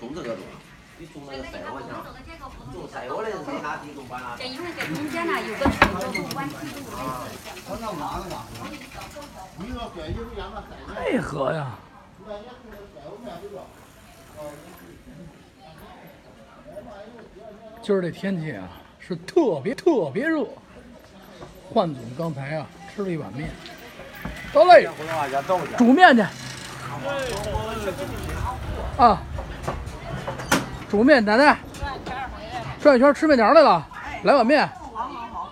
这个种，你种那所以那个你塞看我窝们走像，的这条胡种同塞窝的你拿几种搬啊这？一会儿在中间呢有个土路弯曲路，他那麻子嘛，你说甩衣服让他甩呢，配合呀，甩衣服甩我买不着。今儿这天气啊是特别特别热。焕总刚才啊吃了一碗面，得嘞，胡同往下种去。煮面去。啊，煮面，奶奶转一圈吃面条来了，来碗面，好好好，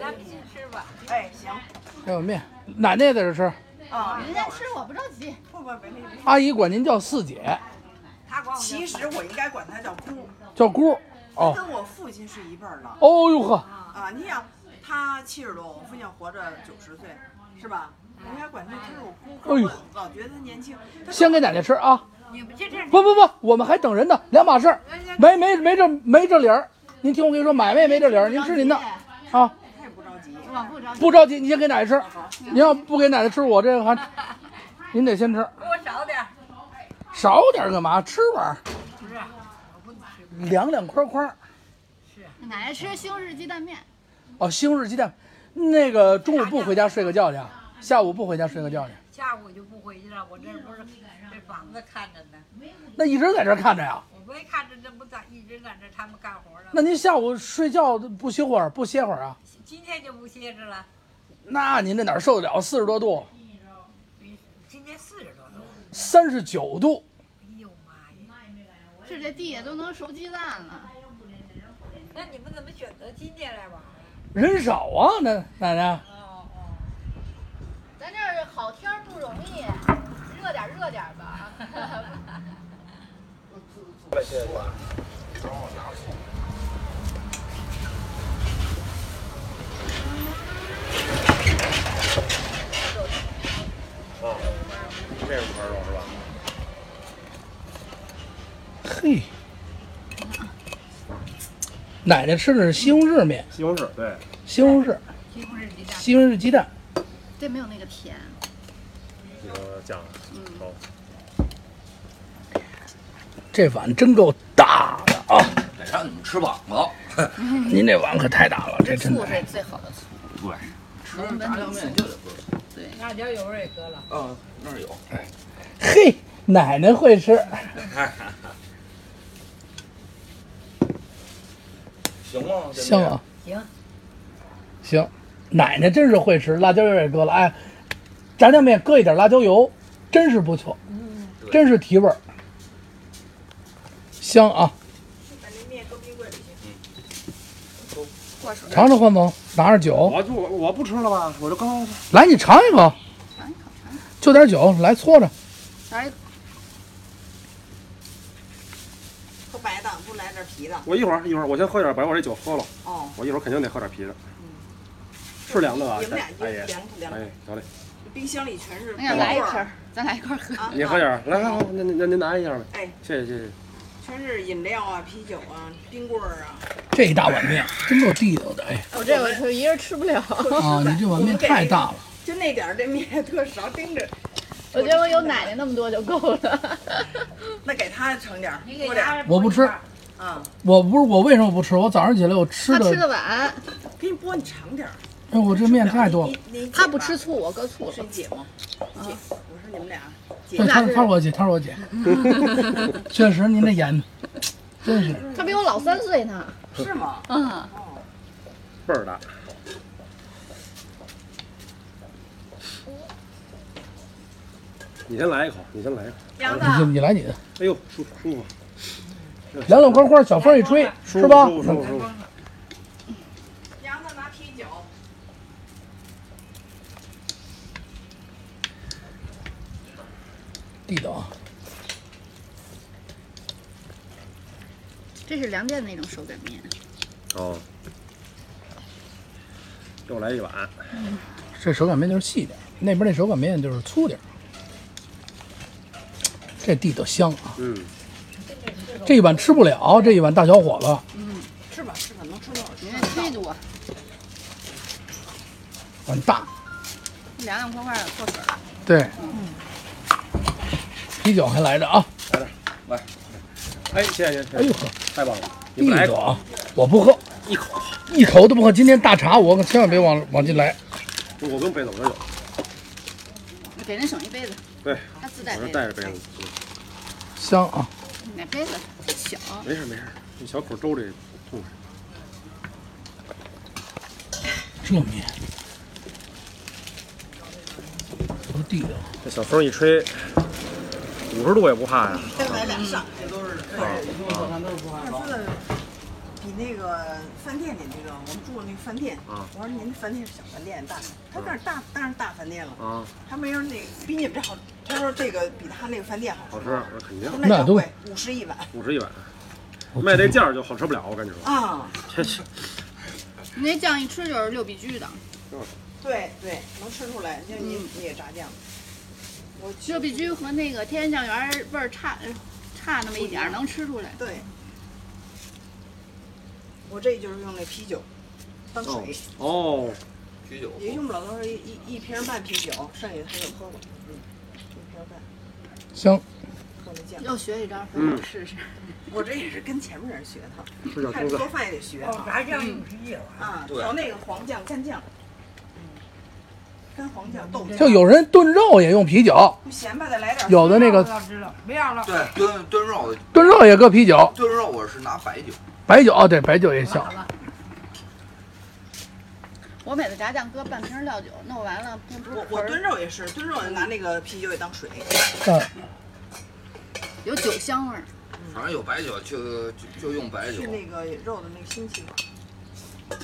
咱们去吃吧。哎，行，啊来碗面。奶奶也在这吃，啊，人家吃我不着急，不不不，阿姨管您叫四姐，他管我。其实我应该管他叫姑，叫姑。他哦，跟我父亲是一辈儿的哦呦呵，啊。你想，他七十多，我父亲活着九十岁，是吧？嗯我应该管他，他是我姑，可哎呦我老觉得他年轻。他先给奶奶吃啊！你们这这不不不，我们还等人呢，两码事儿，没没没这没这理儿。您听我跟你说，买卖没这理儿，您吃您的啊，他也不着急，我不着急。不着急，你先给奶奶吃。您要不给奶奶吃，我这 个还，您得先吃，给我少点。少点儿干嘛？吃碗儿，不是，我不吃。两两块块儿。哎奶奶吃西红柿鸡蛋面，哦，西红柿鸡蛋，那个中午不回家睡个觉去啊，下午不回家睡个觉去，下午我就不回去了，我这不是这房子看着呢，那一直在这儿看着呀。我没看着，这不咋一直在这他们干活呢。那您下午睡觉不休会儿，不歇会儿啊？今天就不歇着了，那您这哪儿受得了？四十多度，今天四十多度，三十九度。哎呦妈呀！这这地也都能熟鸡蛋了。那你们怎么选择今天来玩？人少啊，那奶奶哦哦，咱这儿好天儿不容易，热点儿热点儿吧。这五分钟是吧？嘿，奶奶吃的是西红柿面，西红柿对，西红柿，西红柿鸡蛋，西红柿鸡蛋，这没有那个甜，这个酱好。这碗真够大的啊！得让你们吃饱了。您这碗可太大了，这真醋的。是最好的醋。对，吃炸酱面就得喝。辣椒油也搁了。嗯，那儿有。嘿，奶奶会吃，行吗？这行面啊，行，行，奶奶真是会吃，辣椒油也搁了，哎，炸酱面搁一点辣椒油，真是不错，真是提味儿，香啊！把那面搁冰柜里去。尝尝，焕总，拿着酒。我就我不吃了吧，我就刚来，你尝一口，就点酒，来搓着。来，喝白的，不来点啤的。我一会儿一会儿我先喝点白，我这酒喝了，哦，我一会儿肯定得喝点啤的。是凉的吧嗯你们俩？就哎呀，凉凉哎，得嘞，冰箱里全是。那个哎来一瓶儿，咱俩一块儿喝。啊，你喝点儿，来来来，那那您拿一下呗，哎，谢谢谢谢。全是饮料啊、啤酒啊、冰棍儿啊。这一大碗面真够地道的，哎我这我就一人吃不了， 啊，你这碗面太大了。就那点儿这面特少，盯着。 我觉得我有奶奶那么多就够 了。那给他盛点儿，你多给点儿。家人我不吃剥一半儿啊，我不是我为什么不吃？我早上起来我吃他吃的的，晚，给你剥，你尝点儿。哎，我这面太多了你。。你他不吃，醋，我搁醋你了姐吧是。你姐吗？姐，我说你们俩姐对，俩她是她是我姐，她是我姐。 确实，您这眼，真是他比我老三岁呢。是吗？嗯，倍儿大。你先来一口，你先来一口。杨子，你你来你的，哎呦，舒服舒服，凉凉快快，小风一吹，舒是服吧？舒服舒服舒服。杨子拿啤酒。地道啊，这是粮店那种手擀面，哦，又来一碗，这手擀面就是细点儿，那边那手擀面就是粗点儿。这地道香啊！嗯，这一碗吃不了，这一碗大小伙子。吃吧吃吧，能吃多少吃你多看少。忒多，碗大，凉凉快快的过水儿了。对，啤酒还来着啊，来，哎，谢谢您，哎呦呵，太棒了！你闭不来一嘴口，啊！我不喝，一口，一口都不喝。今天大茶我可千万别往往进来。我跟杯子我这有，给人省一杯子，对，他自带我杯子。这带着嗯杯子，香啊！哪杯子小？嗯没事没事，这小口兜里痛快。这面都地道。这小风一吹，五十度也不怕呀。啊再买俩上去都是。他说的比那个饭店里那个，我们住的那个饭店，啊我说您的饭店是小饭店嗯大饭店？他这儿大当然大饭店了，啊，他没有那个比你们这好。他说这个比他那个饭店好好吃，我说肯定那那都贵，五十一碗五十一碗，啊卖这价儿就好吃不了，我跟你说。啊！这是你那酱一吃就是六必居的，对对，能吃出来，就你你也炸酱，我六必居和那个天然酱园味儿差呃差那么一点儿，能吃出来。对，我这就是用那啤酒当水，哦，啤酒也用不了多少，一一一瓶半啤酒，剩下的他就喝了，嗯，一瓶半香，喝那酱。要学一招，回嗯头试试。我这也是跟前面人学的，啊是叫看猪着子做饭也得学哦，炸酱五十一碗。啊，对调那个黄酱、干酱，嗯干黄酱、豆就酱，有人炖肉也用啤酒，不咸吧，再来点儿有的那不个要了知道，不要了。对，炖炖肉，炖肉也搁啤酒，炖肉我是拿白酒，白酒哦，对，白酒也香好。了。我每次炸酱搁半瓶料酒，弄完了不不我我炖肉也是，炖肉拿那个啤酒也当水，嗯，有酒香味儿。反正有白酒就就就用白酒去。那个肉的那个腥气嘛。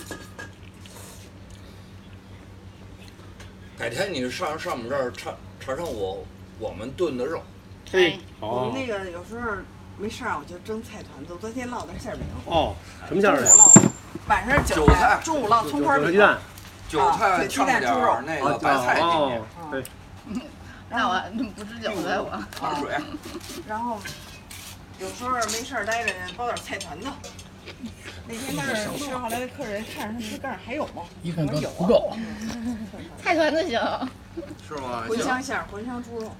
改天你上上我们这儿尝尝尝我我们炖的肉，嘿，我哦好们那个有时候没事儿啊，我就蒸菜团子，我昨天烙的是馅儿饼，哦，什么价儿中午呀？烙的，晚上是韭韭菜中午烙葱花有饼，鸡蛋，韭啊菜对鸡烫蛋点猪肉儿那个啊白菜里面哦，对，那我不吃酒的我。放水，然后有时候没事儿待着包点菜团子。那天那儿吃上来的客人看着他吃盖儿还有吗？一看都不够。菜团子行，是吗？茴香馅儿茴香猪肉，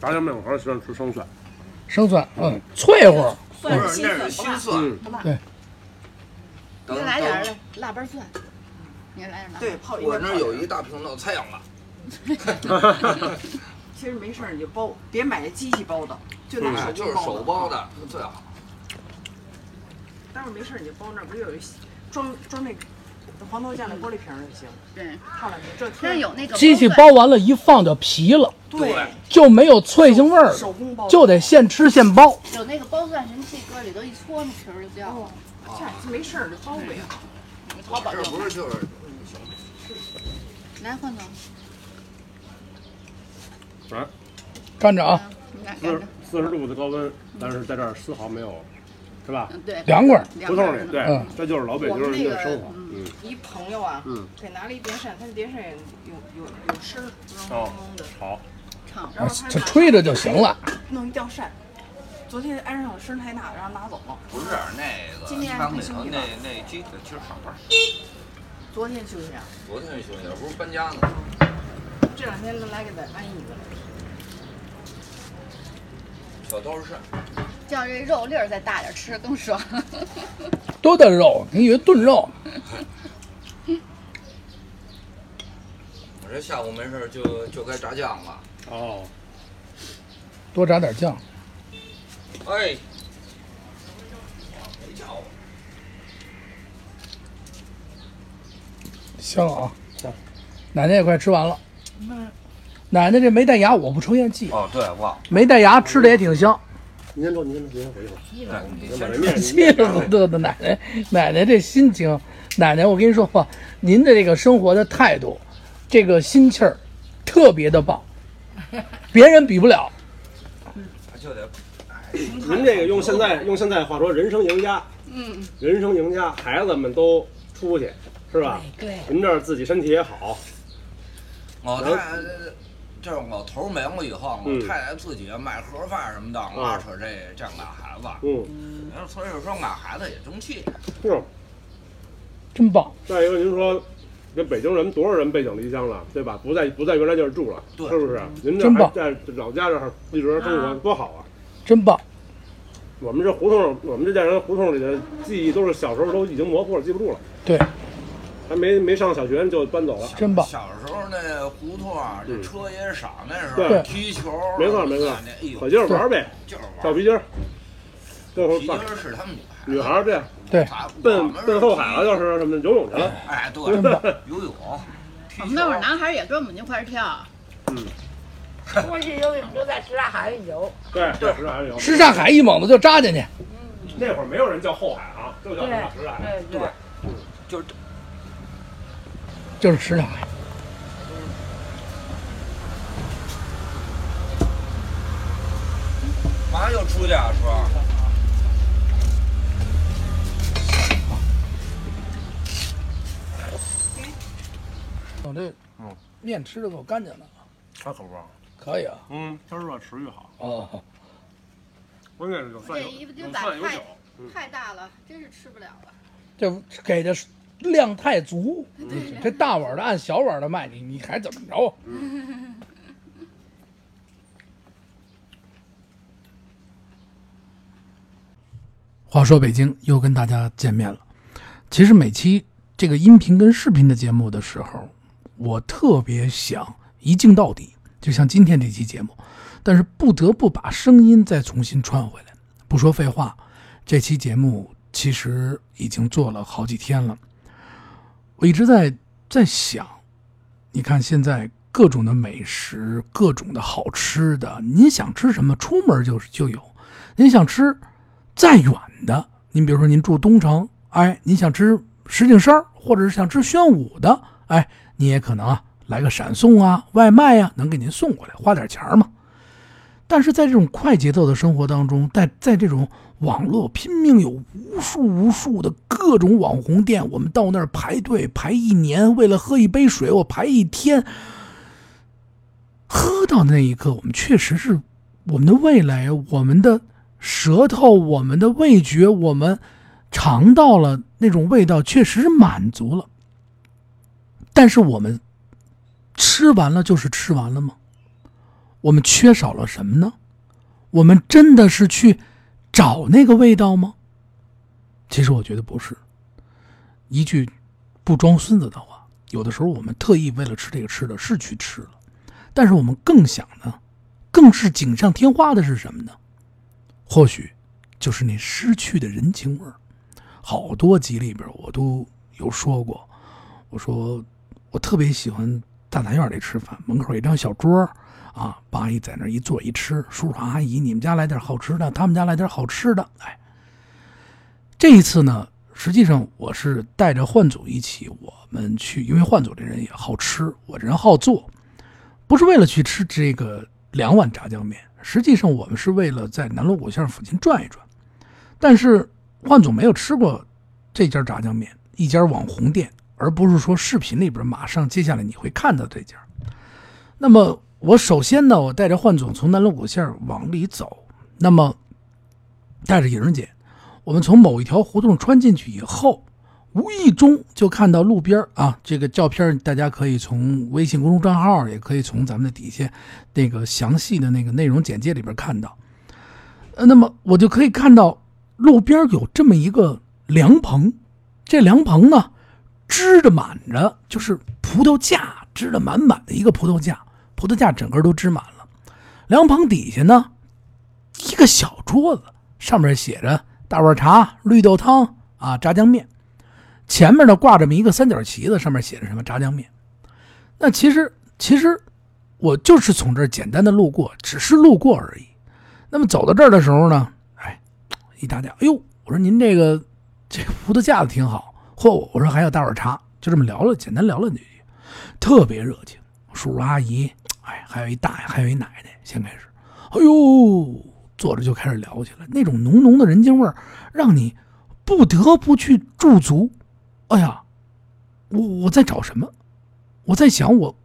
炸酱面我还是喜欢吃生蒜，生蒜，嗯，脆乎。不蒜是，新那是粉不心辣。蒜。嗯，你等 来点儿等，辣瓣蒜，嗯你来点儿辣。对，泡一我遍那泡儿一遍有一大瓶子菜肴了，其实没事儿你就包，别买那机器包的，就拿哎手就是工手包包的。的最好。待会儿没事儿你就包那儿，不是有一装装那黄豆酱那玻璃瓶儿就行，对，泡两瓶。这但天是有那个机器包包完了，一放就皮了，对就没有脆腥味儿了，手工包的就得现吃现包。蒜，有那个包蒜神器，搁里头一搓，那皮儿就掉哦了。下一次没事儿就包呗。淘宝这就不是就是来换头，看着嗯啊，你俩四干十着。四十度的高温，但是在这儿丝毫没有，是吧？嗯，对，凉快儿。凉胡快同儿里，呢对嗯，这就是老北京人的生活。嗯，一朋友啊，嗯给拿了一电扇，他那电扇有有有声儿，嗡嗡嗡的，好，唱然后他这吹着就行了。弄一吊扇。昨天安上声太大，然后拿走了。不是那个今天汤里是头兄弟那吧那鸡腿其实好玩儿。昨天休息啊，昨天兄弟不是搬家呢，这两天来给咱安一个。小刀是叫这肉粒儿再大点儿吃更 爽。多大肉？你以为炖肉？我这下午没事儿就就该炸酱了。哦，多炸点酱。哎，没叫我。香啊！香奶奶也快吃完了。奶奶这没带牙，我不抽烟忌，哦，对，忘了。没带牙吃的也挺香。 您先走，您先走，您先回去吧。对，你先把先这面儿，气死我的奶奶，奶奶这心情，奶奶，我跟你说吧，您的这个生活的态度，这个心气儿，特别的棒，别人比不了。就得您这个用现在用现在话说，人生赢家，嗯，人生赢家，孩子们都出去，是吧？对，您这儿自己身体也好，老太太，就是哦我头儿没了以后，嗯啊老太太自己买盒饭什么的，拉扯这这俩孩子。嗯，你说所以说俩孩子也争气，是。真棒！再一个，您说这北京人多少人背井离乡了，对吧？不在不在原来地儿住了，对是不是？您这真棒还在老家这儿一直生活多好啊！真棒！啊我们这胡同，我们这代人胡同里的记忆都是小时候都已经模糊了，记不住了。对，还没没上小学就搬走了。真棒。小时候那胡同儿，这嗯车也少，那时对候踢球，没错没错那哎，呦，可劲儿玩呗，就是玩跳儿。皮筋儿，这会儿皮把筋儿是他们女孩女孩儿对，对，啥我奔们是奔后海了，要是什么的游泳去了。哎，对真棒，游泳，踢球我们那会儿男孩儿也跟我们一块儿跳，出去游泳就在石大海里游，对，对，石海游。什刹海一猛子就扎进去，那会儿没有人叫后海啊，就叫对石海。对对。就是就是什刹海。马上就出去啊，说。我这嗯面吃的够干净的，还可不是，可以啊。嗯，今儿吧食欲好，哦，关键是有这一有就把有太嗯太大了，真是吃不了了。这给的量太足，这大碗的按小碗的卖你，你还怎么着啊？话说北京又跟大家见面了。其实每期这个音频跟视频的节目的时候，我特别想一镜到底，就像今天这期节目，但是不得不把声音再重新串回来。不说废话，这期节目其实已经做了好几天了，我一直在在想，你看现在各种的美食，各种的好吃的，您想吃什么，出门就就有。您想吃再远的，您比如说您住东城，哎，您想吃石景山，或者是想吃宣武的，哎，你也可能啊来个闪送啊、外卖呀、能给您送过来，花点钱儿嘛。但是在这种快节奏的生活当中，在在这种网络拼命有无数无数的各种网红店，我们到那儿排队排一年，为了喝一杯水，我排一天。喝到那一刻，我们确实是我们的味蕾、我们的舌头、我们的味觉，我们尝到了那种味道，确实是满足了。但是我们吃完了就是吃完了吗？我们缺少了什么呢？我们真的是去找那个味道吗？其实我觉得不是。一句不装孙子的话，有的时候我们特意为了吃这个吃的，是去吃了，但是我们更想呢，更是锦上添花的是什么呢？或许就是那失去的人情味儿。好多集里边我都有说过，我说我特别喜欢大杂院里吃饭，门口一张小桌儿啊，八一在那儿一坐一吃，叔叔阿姨你们家来点好吃的，他们家来点好吃的，哎，这一次呢，实际上我是带着焕祖一起，我们去，因为焕祖这人也好吃，我这人好做，不是为了去吃这个两碗炸酱面，实际上我们是为了在南锣鼓巷附近转一转。但是焕祖没有吃过这家炸酱面，一家网红店，而不是说视频里边马上接下来你会看到这家。那么我首先呢，我带着焕总从南锣鼓巷往里走，那么带着莹姐，我们从某一条胡同穿进去以后，无意中就看到路边儿啊，这个照片儿大家可以从微信公众账号，也可以从咱们的底下那个详细的那个内容简介里边看到。呃，那么我就可以看到路边儿有这么一个凉棚，这凉棚呢支着满着，就是葡萄架支着满满的一个葡萄架，葡萄架整个都支满了。凉棚底下呢，一个小桌子，上面写着大碗茶、绿豆汤啊、炸酱面。前面呢挂这么一个三角旗子，上面写着什么炸酱面。那其实其实我就是从这儿简单的路过，只是路过而已。那么走到这儿的时候呢，哎，一大家，哎呦，我说您这个这个葡萄架子挺好，嚯，我说还有大碗茶，就这么聊了，简单聊了几句，特别热情，叔叔阿姨，哎，还有一大爷，还有一奶奶，先开始，哎呦，坐着就开始聊起来，那种浓浓的人情味儿，让你不得不去驻足。哎呀，我我在找什么？我在想我，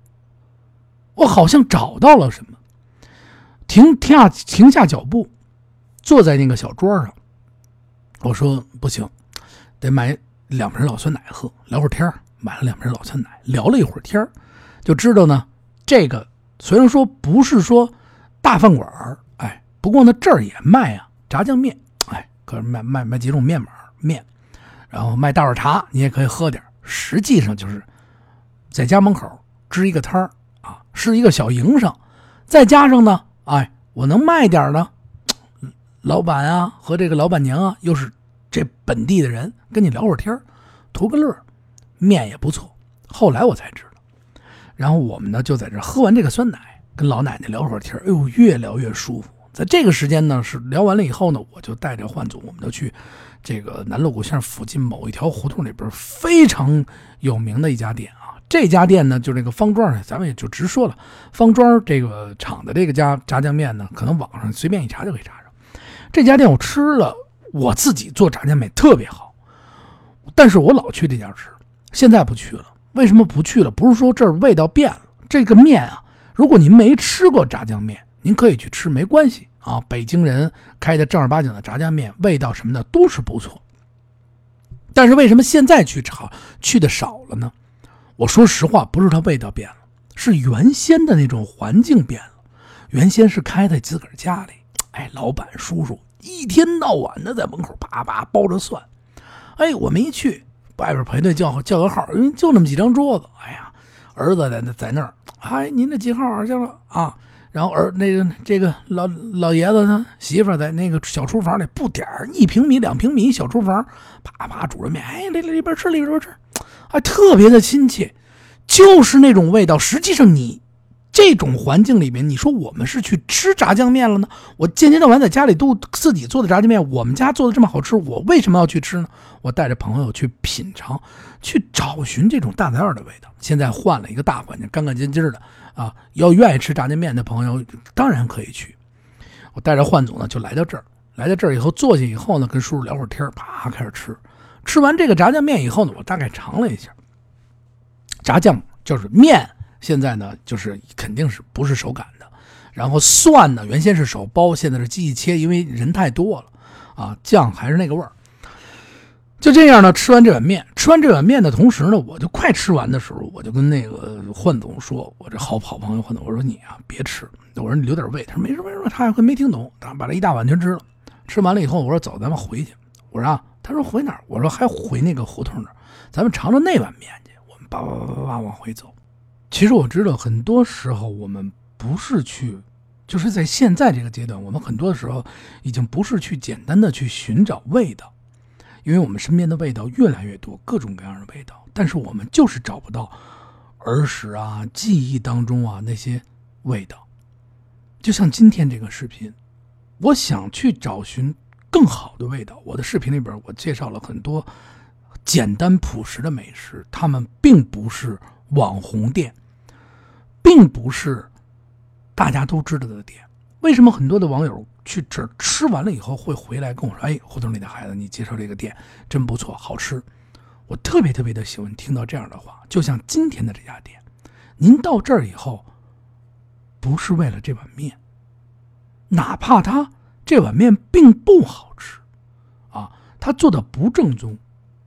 我好像找到了什么。停停下停下脚步，坐在那个小桌上。我说不行，得买两瓶老酸奶喝，聊会儿天儿。买了两瓶老酸奶，聊了一会儿天儿，就知道呢，这个虽然说不是说大饭馆儿，哎，不过呢这儿也卖啊炸酱面，哎，可是卖卖卖几种面碗儿面，然后卖大碗茶，你也可以喝点儿。实际上就是在家门口支一个摊儿啊，是一个小营生，再加上呢，哎，我能卖点儿呢，老板啊和这个老板娘啊又是这本地的人，跟你聊会儿天儿图个乐儿面也不错。后来我才知道，然后我们呢就在这儿喝完这个酸奶，跟老奶奶聊会儿天儿哎呦，越聊越舒服。在这个时间呢，是聊完了以后呢，我就带着幻总，我们就去这个南锣鼓巷附近某一条胡同里边非常有名的一家店啊。这家店呢，就那个方庄，咱们也就直说了。方庄这个厂的这个家炸酱面呢，可能网上随便一查就可以查着。这家店我吃了，我自己做炸酱面特别好，但是我老去这家吃，现在不去了。为什么不去了？不是说这儿味道变了，这个面啊，如果您没吃过炸酱面，您可以去吃，没关系啊。北京人开的正儿八经的炸酱面，味道什么的都是不错。但是为什么现在去炒去的少了呢？我说实话，不是它味道变了，是原先的那种环境变了。原先是开在自个儿家里，哎，老板叔叔一天到晚的在门口叭叭包着蒜。哎，我们一去，外边排队叫叫个号，因为就那么几张桌子。哎呀，儿子在那在那儿，哎，您这几号啊？叫了啊。然后儿那个这个老老爷子他媳妇儿在那个小厨房里不点儿一平米两平米小厨房，啪啪煮着面，哎，里里边吃里边吃，哎，特别的亲切，就是那种味道。实际上你这种环境里面，你说我们是去吃炸酱面了呢？我见天到晚在家里都自己做的炸酱面，我们家做的这么好吃，我为什么要去吃呢？我带着朋友去品尝，去找寻这种大杂院的味道。现在换了一个大环境，干干净净的啊！要愿意吃炸酱面的朋友，当然可以去。我带着幻总呢，就来到这儿，来到这儿以后坐下以后呢，跟叔叔聊会儿天儿啪开始吃。吃完这个炸酱面以后呢，我大概尝了一下，炸酱就是面，现在呢就是肯定是不是手擀的，然后蒜呢原先是手剥，现在是机器切，因为人太多了啊，酱还是那个味儿。就这样呢，吃完这碗面，吃完这碗面的同时呢，我就快吃完的时候，我就跟那个幻总说，我这好好朋友幻总，我说你啊别吃，我说你留点胃，他说没事没事，他还没听懂，他把这一大碗全吃了，吃完了以后，我说走，咱们回去，我说啊，他说回哪儿？我说还回那个胡同那儿，咱们尝尝那碗面去，我们叭叭叭叭叭往回走。其实我知道，很多时候我们不是去，就是在现在这个阶段，我们很多时候已经不是去简单的去寻找味道。因为我们身边的味道越来越多，各种各样的味道，但是我们就是找不到儿时啊、记忆当中啊那些味道。就像今天这个视频，我想去找寻更好的味道。我的视频里边我介绍了很多简单朴实的美食，他们并不是网红店，并不是大家都知道的点。为什么很多的网友去这儿吃完了以后会回来跟我说：“哎，胡同里的孩子，你介绍这个店真不错，好吃。”我特别特别的喜欢听到这样的话，就像今天的这家店，您到这儿以后，不是为了这碗面，哪怕它这碗面并不好吃，啊，它做的不正宗，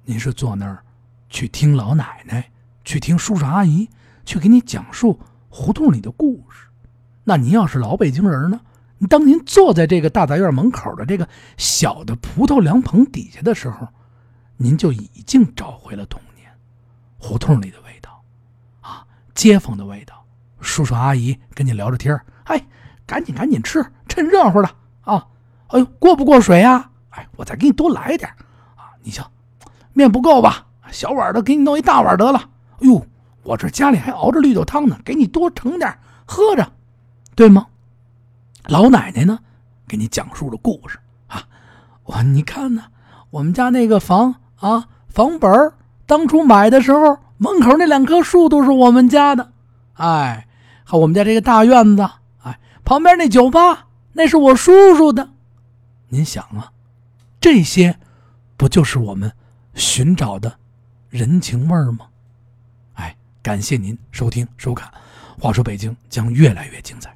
您是坐那儿去听老奶奶，去听叔叔阿姨，去给你讲述胡同里的故事。那您要是老北京人呢？你当您坐在这个大杂院门口的这个小的葡萄凉棚底下的时候，您就已经找回了童年，胡同里的味道，啊，街坊的味道，叔叔阿姨跟你聊着天儿哎，赶紧赶紧吃，趁热乎了啊！哎呦，过不过水呀、哎，我再给你多来点儿啊！你瞧，面不够吧？小碗的给你弄一大碗得了。哎呦，我这家里还熬着绿豆汤呢，给你多盛点儿喝着。对吗？老奶奶呢，给你讲述了故事啊。我你看呢、我们家那个房啊，房本儿当初买的时候，门口那两棵树都是我们家的，哎，还有我们家这个大院子，哎，旁边那酒吧那是我叔叔的。您想啊，这些不就是我们寻找的人情味儿吗？哎，感谢您收听收看。话说北京将越来越精彩。